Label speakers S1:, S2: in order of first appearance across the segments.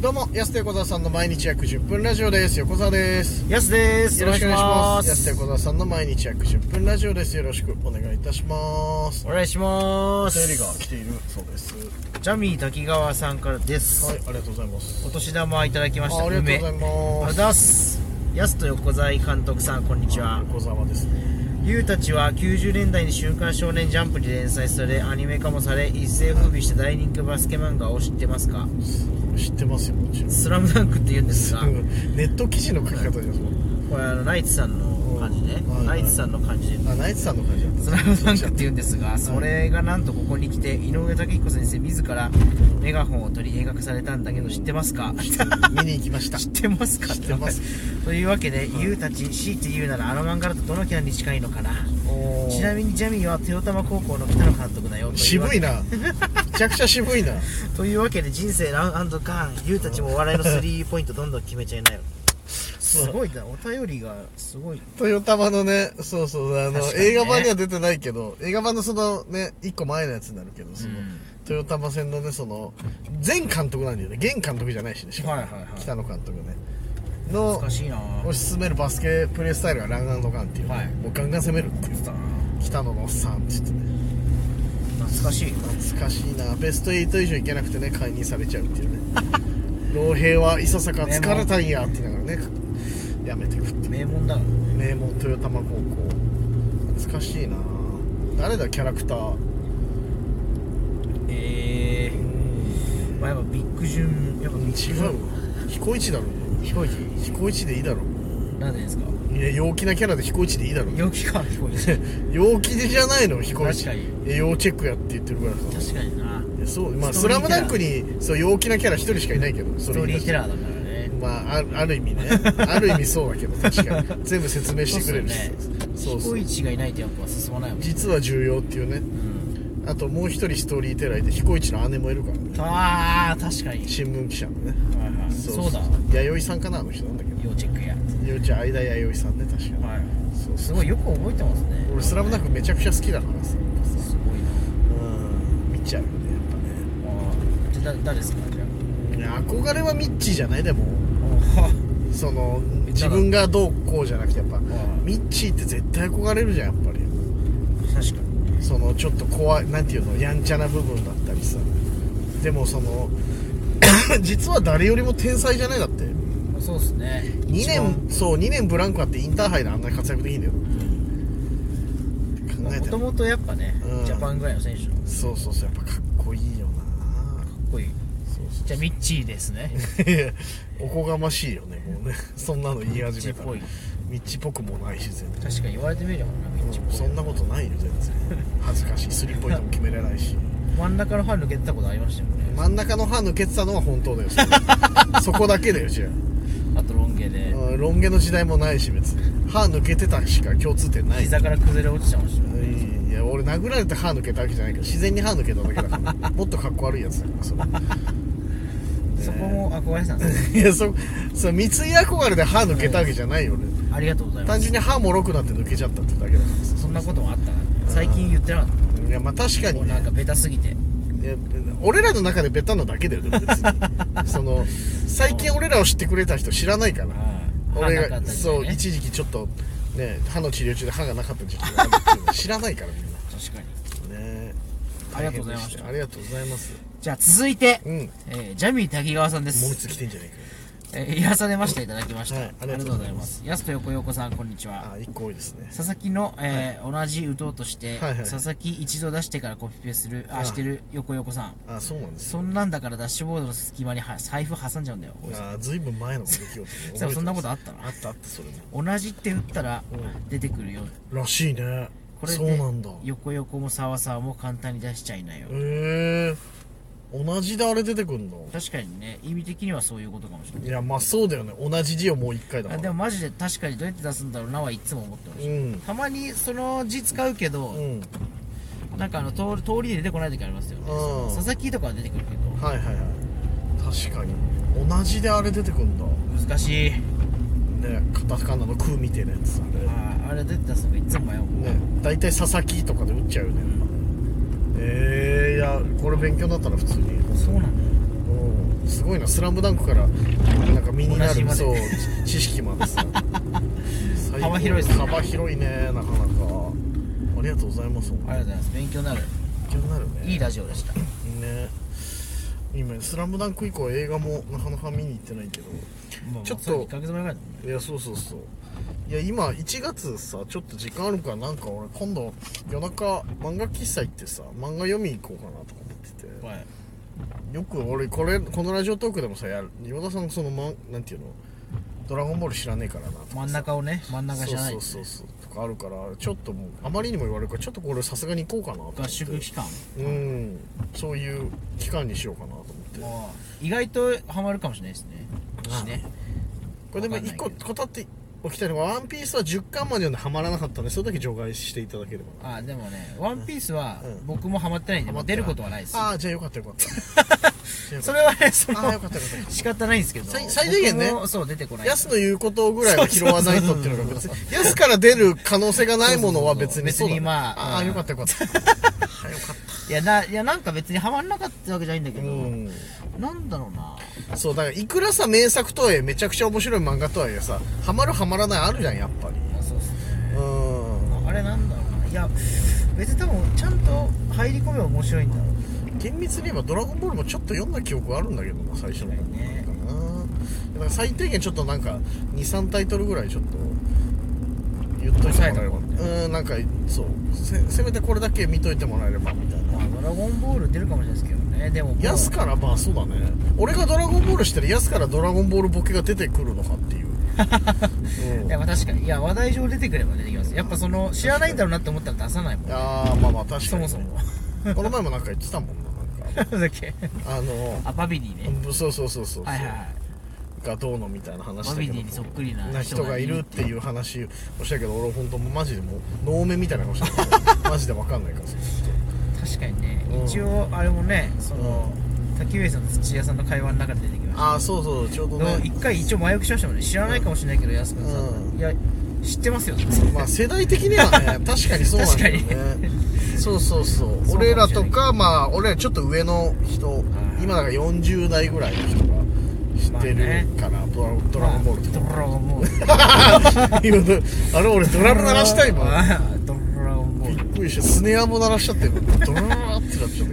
S1: どうも、安手小沢さんの毎日約10分ラジオです。横澤です。
S2: やすです。
S1: よろしくお願いします。安手小
S2: お
S1: 沢さんの毎日約10分ラジオです。よろしくお願いいたします。
S2: 願いしま
S1: お便
S2: す。
S1: りが来ているそうです。
S2: ジャミー滝川さんからです。
S1: はい、ありがとうございます。
S2: お年玉いただきました。
S1: あありがとうご
S2: 梅
S1: ざい
S2: ありがとう
S1: ま
S2: ご
S1: す。
S2: ざいます。やすと横澤井監督さん、こんにちは。
S1: 横澤ですね。
S2: ゆうたちは90年代に週刊少年ジャンプに連載され、アニメ化もされ、一世風靡した大人気バスケ漫画を知ってますか
S1: 知ってますよ、もちろん。
S2: スラムダンクって言うんですが、
S1: うん ネット記事の書き方ですもん。
S2: これあの、ナイツさんの感じね
S1: うんはい。
S2: ナイツさんの感じで
S1: あ、ナイツさんの 感じだっ
S2: スラムダンクって言うんですがそれがなんとここに来て井上武彦先生自らメガホンを取り映画化されたんだけど知ってますか
S1: た。見に行きました。
S2: 知ってますか
S1: 知ってます
S2: というわけで、ユウたち強いて言うならあの漫画だとどのキャラに近いのかなちなみにジャミーは豊玉高校の北野監督だよとうわけ
S1: 渋いな。めちゃくちゃ渋いな。
S2: というわけで人生ランドカーンユウたちもお笑いのスリーポイントどんどん決めちゃいなよすごいなお便りがすごい
S1: トヨタマのね、そうそう、あの、
S2: 確かにね
S1: 映画版には出てないけど、映画版のそのね、一個前のやつになるけど、その、
S2: うん
S1: トヨタマ戦のね、その、前監督なんだよね。現監督じゃないしね、しかも
S2: はいはいはい
S1: 北野監督ね。の
S2: 難、しいな
S1: 推し進めるバスケプレースタイルがランガンドガンっていう、
S2: はい
S1: もうガンガン攻めるっていう。北野のおっさんって言ってね。
S2: 懐かしい
S1: 懐かしいな。ベスト8以上いけなくてね、解任されちゃうっていうね。 老兵はいささか疲れたんやって言いながらね、やめてくっていう
S2: 名門だな
S1: 名門豊玉高校懐かしいな誰だキャラクター
S2: えー、まあやっぱビッグジュンやっぱビッグジ
S1: 違
S2: ュ
S1: う
S2: ン
S1: 彦一だろ
S2: 彦一
S1: 彦一でいいだろ
S2: なんでですか
S1: いや陽気なキャラで彦一でいいだろ
S2: 陽気か彦一確
S1: 陽気でじゃないの彦一
S2: 確かに
S1: いや陽チェックやって言ってるからさ
S2: かにない
S1: やそうまあ「
S2: ス
S1: ス
S2: トーリ
S1: ラ
S2: ー
S1: ム
S2: テラー
S1: ダンクにそう陽気なキャラ一人しかいないけどス
S2: ストーリーテラーだからね
S1: まああるある意味ねある意味そうだけど確かに全部説明してくれるし
S2: そうっすよね
S1: そうそ
S2: 彦
S1: う
S2: 一がいないとやっぱ進まないもん、
S1: 実は重要っていうね
S2: うん、
S1: あともう一人ストーリーテラーいて彦一の姉もいるからね
S2: あー確かに、
S1: 新聞記者のね
S2: はいはい、そうだ
S1: 弥生さんかなあの人なんだけど
S2: 要チェックや、
S1: うち間弥生さんね確かに、
S2: はい、
S1: そう
S2: す
S1: そう
S2: ごいよく覚えてますね
S1: 俺「スラムダンクめちゃくちゃ好きだからさ
S2: すごいな
S1: うん見ちゃうよね
S2: あーじゃあだ誰ですかじゃ
S1: やっぱね憧れはミッチーじゃないでも
S2: ああー
S1: その自分がどうこうじゃなくてやっぱ
S2: ん
S1: ミッチーって絶対憧れるじゃんやっぱり
S2: 確かに
S1: そのちょっと怖いなんていうのやんちゃな部分だったりさでもその 実は誰よりも天才じゃないだって
S2: そうっすね
S1: 2
S2: 一番
S1: 年そう2年ブランクあってインターハイであんなに活躍できんだよ考え
S2: も
S1: て
S2: ともとやっぱね、
S1: うん
S2: ジャパンぐらいの選手かっ
S1: そうそうそうやっぱかっこいいよな
S2: こいい
S1: そうそう
S2: じゃあミッチーですね
S1: いや おこがましいよねもうねそんなの言い始めたら
S2: ミッチっ
S1: ミッチっぽくもないし全然
S2: 確かに言われてみればなミッチーっぽい
S1: そんなことないよ全然恥ずかしいスリーポイント も決めれないし
S2: 真ん中の歯抜けてたことありましたよね
S1: 真ん中の歯抜けてたのは本当だよそれ そこだけだよじゃ
S2: あとロン毛で
S1: あロン毛の時代もないし別に歯抜けてたしか共通点ない
S2: 膝から崩れ落ちちゃいましたよ
S1: いや俺殴られて歯抜けたわけじゃないけど自然に歯抜けただけだからもっとかっこ悪いやつだからそれ
S2: そこも憧れてたんですね
S1: いやそそ三井憧れで歯抜けたわけじゃないよね
S2: ありがとうございま
S1: 単
S2: す
S1: 純に歯もろくなって抜けちゃったってだけだか
S2: そんなこともあったな最近言ってなかっ
S1: らいやまあ確か
S2: た
S1: に
S2: もうなんかベタすぎて
S1: いや俺らの中でベタなだけだよでも別にその最近俺らを知ってくれた人知らないから
S2: はい
S1: 俺
S2: 歯なか
S1: が、
S2: ったりね
S1: そう一時期ちょっとね歯の治療中で歯がなかった時期があるっていうの知らないからみんな
S2: 確かに
S1: ね
S2: ありがとうございまし
S1: 大
S2: た
S1: 変でありがとうございます
S2: じゃあ続いて、
S1: うんも
S2: えージャミー滝川さんで
S1: う
S2: す
S1: 一つ来てんじゃねえかよ
S2: えー癒されましていただきました、
S1: はい
S2: あ
S1: あり
S2: り
S1: がと
S2: が
S1: う
S2: と
S1: ご
S2: うご
S1: ざ
S2: ざ
S1: い
S2: い
S1: ま
S2: ますやすと横横さんこんにちは
S1: あ1個多いですね
S2: 佐々木の、えー同じ歌として、
S1: はいはい
S2: 佐々木一度出してからコピペするあ
S1: あ
S2: してる横横さん
S1: あそうなんです
S2: そんなんだからダッシュボードの隙間には財布挟んじゃうんだよ
S1: あずいぶん前の出来事ね
S2: さあそんなことあったの
S1: あったあったそれも
S2: 同じって打ったら出てくるよ
S1: らしいね
S2: これ
S1: そう
S2: で
S1: なんだへ
S2: 横横も沢沢も簡単に出しちゃいなよ
S1: え同じであれ出てくんの
S2: 確かにね意味的にはそういうことかもしれない
S1: いやまあそうだよね同じ字をもう一回だか
S2: あ
S1: ら
S2: でもマジで確かにどうやって出すんだろうなはいつも思ってま
S1: う
S2: した、
S1: ん
S2: たまにその字使うけど、
S1: うん
S2: なんかあの通通りで出てこない時ありますよね、
S1: うん
S2: 佐々木とかは出てくるけど
S1: はいはいはい確かに同じであれ出てくんだ
S2: 難しい
S1: ねカタカナの「空」みたいなやつあれ
S2: あーあれ出てた人がいつも迷う
S1: ね大体「佐々木」とかで打っちゃうよねえー、いやこれ勉強になったら普通に
S2: そうなんだよ
S1: うんすごいな「スラムダンクからなんか身にな
S2: 同じま
S1: る
S2: で
S1: そう知識まで さ最高
S2: 幅広いですね
S1: 幅広いねなかなかありがとうございます
S2: ありがとうございます勉強になる
S1: 勉強になるね
S2: いいラジオでした
S1: ね今「スラムダンク以降映画もなかなか見に行ってないけどちょっと
S2: 1ヶ月前ぐらいだもんね
S1: いやそうそうそういや今1月さちょっと時間あるからなんか俺今度夜中漫画喫茶行ってさ漫画読み行こうかなとか思ってて
S2: はい
S1: よく俺これこのラジオトークでもさやる岩田さんその、ま、なんていうの「ドラゴンボール」知らねえからなとか
S2: 真ん中をね真ん中じゃない
S1: そうそうそうそうとかあるからちょっともうあまりにも言われるからちょっとこれさすがに行こうかなと思って
S2: 合宿期間
S1: うんそういう期間にしようかなと思って
S2: もう意外とハマるかもしれないですね
S1: ああ
S2: しね
S1: これでも
S2: わかんな
S1: 一
S2: い
S1: 個
S2: けど
S1: 語っておきたいのは「ワンピースは10巻まで読んでハマらなかったんでそれだけ除外していただければな
S2: ああでもね「ワンピースは
S1: うん
S2: 僕もハマってないんでもう出ることはないです
S1: ああじゃあよかったよかった
S2: それはねその
S1: ああよかったよかっ
S2: 仕方 ないんですけど
S1: 最最低限ね
S2: 僕もそう出てこ
S1: た
S2: ない
S1: ヤスの言うことぐらいは拾わないとっていうのが別にヤスから出る可能性がないものは別にそ
S2: そうそうそう別に
S1: うだね
S2: まあ
S1: ああ
S2: うん
S1: よかったよかった あよかっ
S2: いやないやなんか別にハマんなかったわけじゃないんだけ
S1: たう
S2: ど、
S1: ん
S2: なんだろうな
S1: そうだからいくらさ名作とはいえめちゃくちゃ面白い漫画とはいえさハマるハマらないあるじゃんやっぱり
S2: あそうっすね
S1: うん
S2: あれなんだろうないや別に多分ちゃんと入り込めば面白いんだろう
S1: 厳密に言えば「ドラゴンボール」もちょっと読んだ記憶はあるんだけどな最初の方
S2: 確かにね
S1: なんかなだから最低限ちょっとなんか23タイトルぐらいちょっと言っといてもらえれば
S2: 抑えた
S1: うんなんかそうせせめてこれだけ見といてもらえればみたいな
S2: まあドラゴンボール出るかもしれないですけどねでももう
S1: やすからまあそうだね俺が「ドラゴンボール」してるやすから「ドラゴンボール」ボケが出てくるのかって いう、うん
S2: いやまあ確かにいや話題上出てくれば出てきますやっぱその知らないんだろうなって思ったら出さないもん
S1: あーまあまあ確かに、ね、
S2: そもそも
S1: この前もなんか言ってたもんななんか
S2: なんだっけ
S1: あの
S2: あバビディね
S1: そうそうそうそう、
S2: はいはいはい
S1: がどうのみたいな話だ
S2: バ
S1: け
S2: ビ
S1: ど
S2: ディにそっくり
S1: な
S2: な
S1: 人がいるっていうう話をしたけど俺本当もうマジでもう能面みたいな顔して たマジで分かんないからそうする
S2: 確かにね、
S1: うん
S2: 一応あれもねその、滝上さんと土屋さんの会話の中で出てきま
S1: と
S2: し
S1: ああそうそうちょうど
S2: た
S1: ね
S2: 一回一応前置きしましたもんね知らないかもしれないけど安くんさんが、
S1: うん
S2: いや知ってますよ
S1: まあ世代的に はね確かにそうなんだよねそうそうそう
S2: そうかもしれ
S1: 俺
S2: な
S1: ら
S2: い
S1: とかまあ俺らちょっと上の人
S2: ん
S1: 今だから40代ぐらいの人が知ってるから、ドラドラゴンボールとか、
S2: ドラゴンボール
S1: 今ねあれ俺ドラム鳴らした今
S2: ドラゴンボ
S1: びっ
S2: ール
S1: くりしたスネアも鳴らしちゃってドラーってなっちゃったけど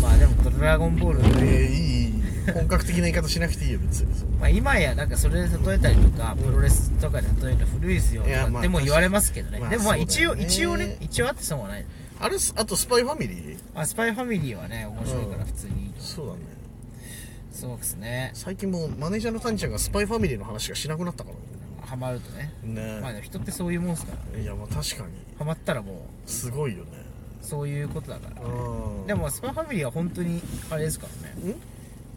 S2: まあでもドラゴンボール
S1: えー、いいいい本格的な言い方しなくていいよ別にその
S2: まあ、今やなんかそれで例えたりとかプロレスとかで例えるの古いですよ
S1: いやまあ
S2: でも言われますけどね、
S1: まあ
S2: でもまあ
S1: そうだ
S2: 一
S1: よ
S2: 応
S1: ね
S2: 一応ね一応あって損はない、
S1: あれあとスパイファミリー
S2: まあ、スパイファミリーはね面白いか
S1: うん
S2: ら普通にいいと
S1: そうだね
S2: そうですね
S1: 最近もうマネージャーの谷ちゃんがスパイファミリーの話がしなくなったから
S2: ハマるとね
S1: ね
S2: まあでも人ってそういうもんですから
S1: いやまあ確かに
S2: ハマったらもう
S1: すごいよね
S2: そういうことだから
S1: うん
S2: でもスパファミリーは本当にあれですからね
S1: ん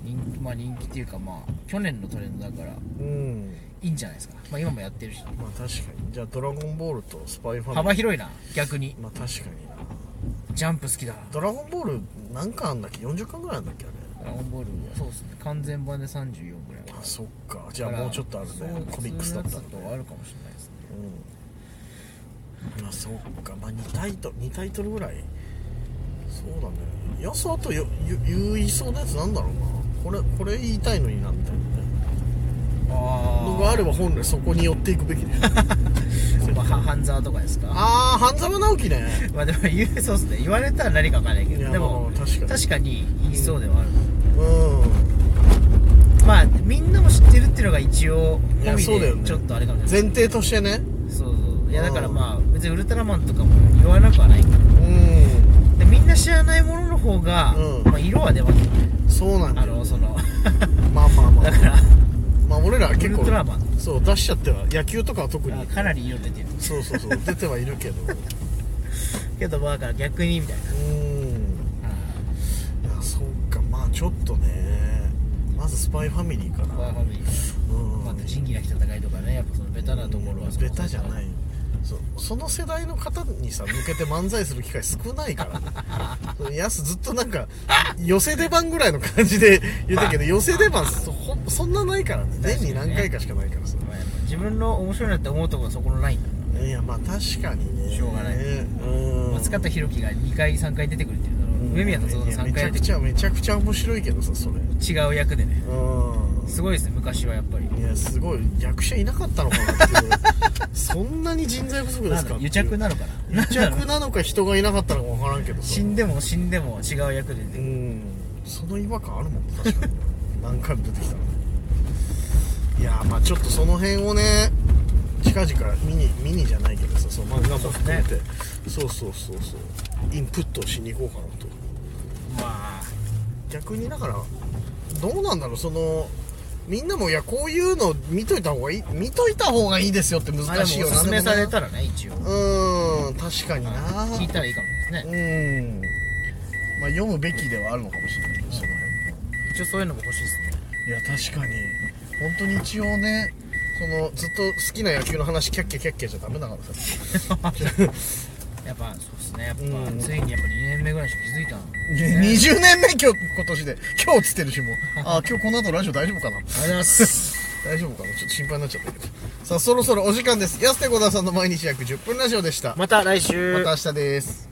S2: 人気まあ人気っていうかまあ去年のトレンドだから
S1: うん
S2: いいんじゃないですかまあ今もやってるし
S1: まあ確かにじゃあ「ドラゴンボール」と「スパイファミリー」
S2: 幅広いな逆に
S1: まあ確かにな
S2: ジャンプ好きだ
S1: 「ドラゴンボール」何巻あんだっけ40巻ぐらいあんだっけあれ
S2: ドラゴンボールそうですね完全版で34ぐら
S1: あ
S2: い
S1: そっかじゃあもうちょっとあるねコミックスだったら
S2: らそういうやつだとあるかもしれないですね
S1: うんまあそっかまあ2タイトル2タイトルぐらいそうだねやすあとよゆ言いそうなやつなんだろうなこれこれ言いたいのになみたいなね
S2: あ
S1: のがあれば本来そこに寄っていくべきでしょ
S2: まあは半沢とかですか
S1: ああ半沢直樹ね
S2: まあでも言うそうですね言われたら何かわかんないけ
S1: いや
S2: どでも
S1: まあ確かに
S2: 確かに言いそうではある、
S1: う
S2: まあみんなも知ってるっていうのが一応
S1: いや
S2: 込みで
S1: そうだよね
S2: ちょっとあれかも
S1: ん
S2: しれない
S1: 前提としてね
S2: そうそういや
S1: うん
S2: だからまあ別にウルトラマンとかも言わなくはないけど
S1: う
S2: でみんな知らないものの方が、
S1: うん
S2: まあ、色は出ますよね
S1: んそうなんだ
S2: あ
S1: よ
S2: のその
S1: まあまあまあ
S2: だから
S1: まあ俺らは
S2: ウ
S1: 結
S2: ル
S1: 構
S2: トラマン
S1: そう出しちゃっては野球とかは特
S2: あ
S1: に
S2: かなり色出てる
S1: そうそうそう出てはいるけ ど
S2: けどまあだから逆にみたいな
S1: うんいやそうかまあちょっとねまずスパイファミリーか
S2: ファ
S1: な
S2: ーファミリー
S1: うん、
S2: また仁義なき戦いとかねやっぱそのベタなところはその
S1: ベタじゃないそうその世代の方にさ向けて漫才する機会少ないから ねやすずっとなんか寄せ出番ぐらいの感じで 言ったけど寄せ出番そほんそんなないからね
S2: 確かにね
S1: 年に何回かしかないからさ
S2: まあやっぱ自分の面白いなって思うところはそこのラインだ
S1: いやまあ確かにね
S2: しょうがない
S1: うん
S2: 松方弘樹が2回3回出てくるっていうだろう
S1: う
S2: 梅宮達夫の
S1: め
S2: 3
S1: ち
S2: 回や
S1: ゃ
S2: って
S1: く
S2: る
S1: ちゃめちゃくちゃ面白いけどさそれう
S2: 違う役でね
S1: ん
S2: すごいですね昔はやっぱり
S1: いやすごい役者いなかったのかなっていうそんなに人材不足ですかっていう
S2: 癒着なのかな
S1: 癒着なのか人がいなかったのか分からん けどさ
S2: 死んでも死んでも違う役で
S1: う
S2: ね
S1: んその違和感あるもん確かに何回も出てきたらいやーまあちょっとその辺をね近々見に見にじゃないけどさそう漫画も含めてそう,、そうそうそうインプットしに行こうかなと
S2: まあ
S1: 逆にだからどうなんだろうそのみんなもいやこういうの見といた方がいい見といた方がいいですよって
S2: まあ
S1: 難しい
S2: でも
S1: よ
S2: お
S1: な
S2: すすめされ
S1: ら
S2: たらね一応
S1: うん確かにな
S2: 聞いたらいいかもです
S1: う
S2: ね
S1: んまあ読むべきではあるのかもしれないけどその辺
S2: 一応そういうのも欲しいで すね
S1: いや確かに本当に一応ねそのずっと好きな野球の話キャッキャキャッキャじゃダメだから さ
S2: やっぱそうですねやっぱ、
S1: うん
S2: ついにやっぱ2年目ぐらいしか気づいたの
S1: ね20年目今日今年で今日っつってるしもうあー今日この後ラジオ大丈夫かな
S2: ありがとうございます。
S1: 大丈夫かなちょっと心配になっちゃったけどさあそろそろお時間です安手小田さんの毎日約10分ラジオでしたま
S2: また来週。
S1: た明日です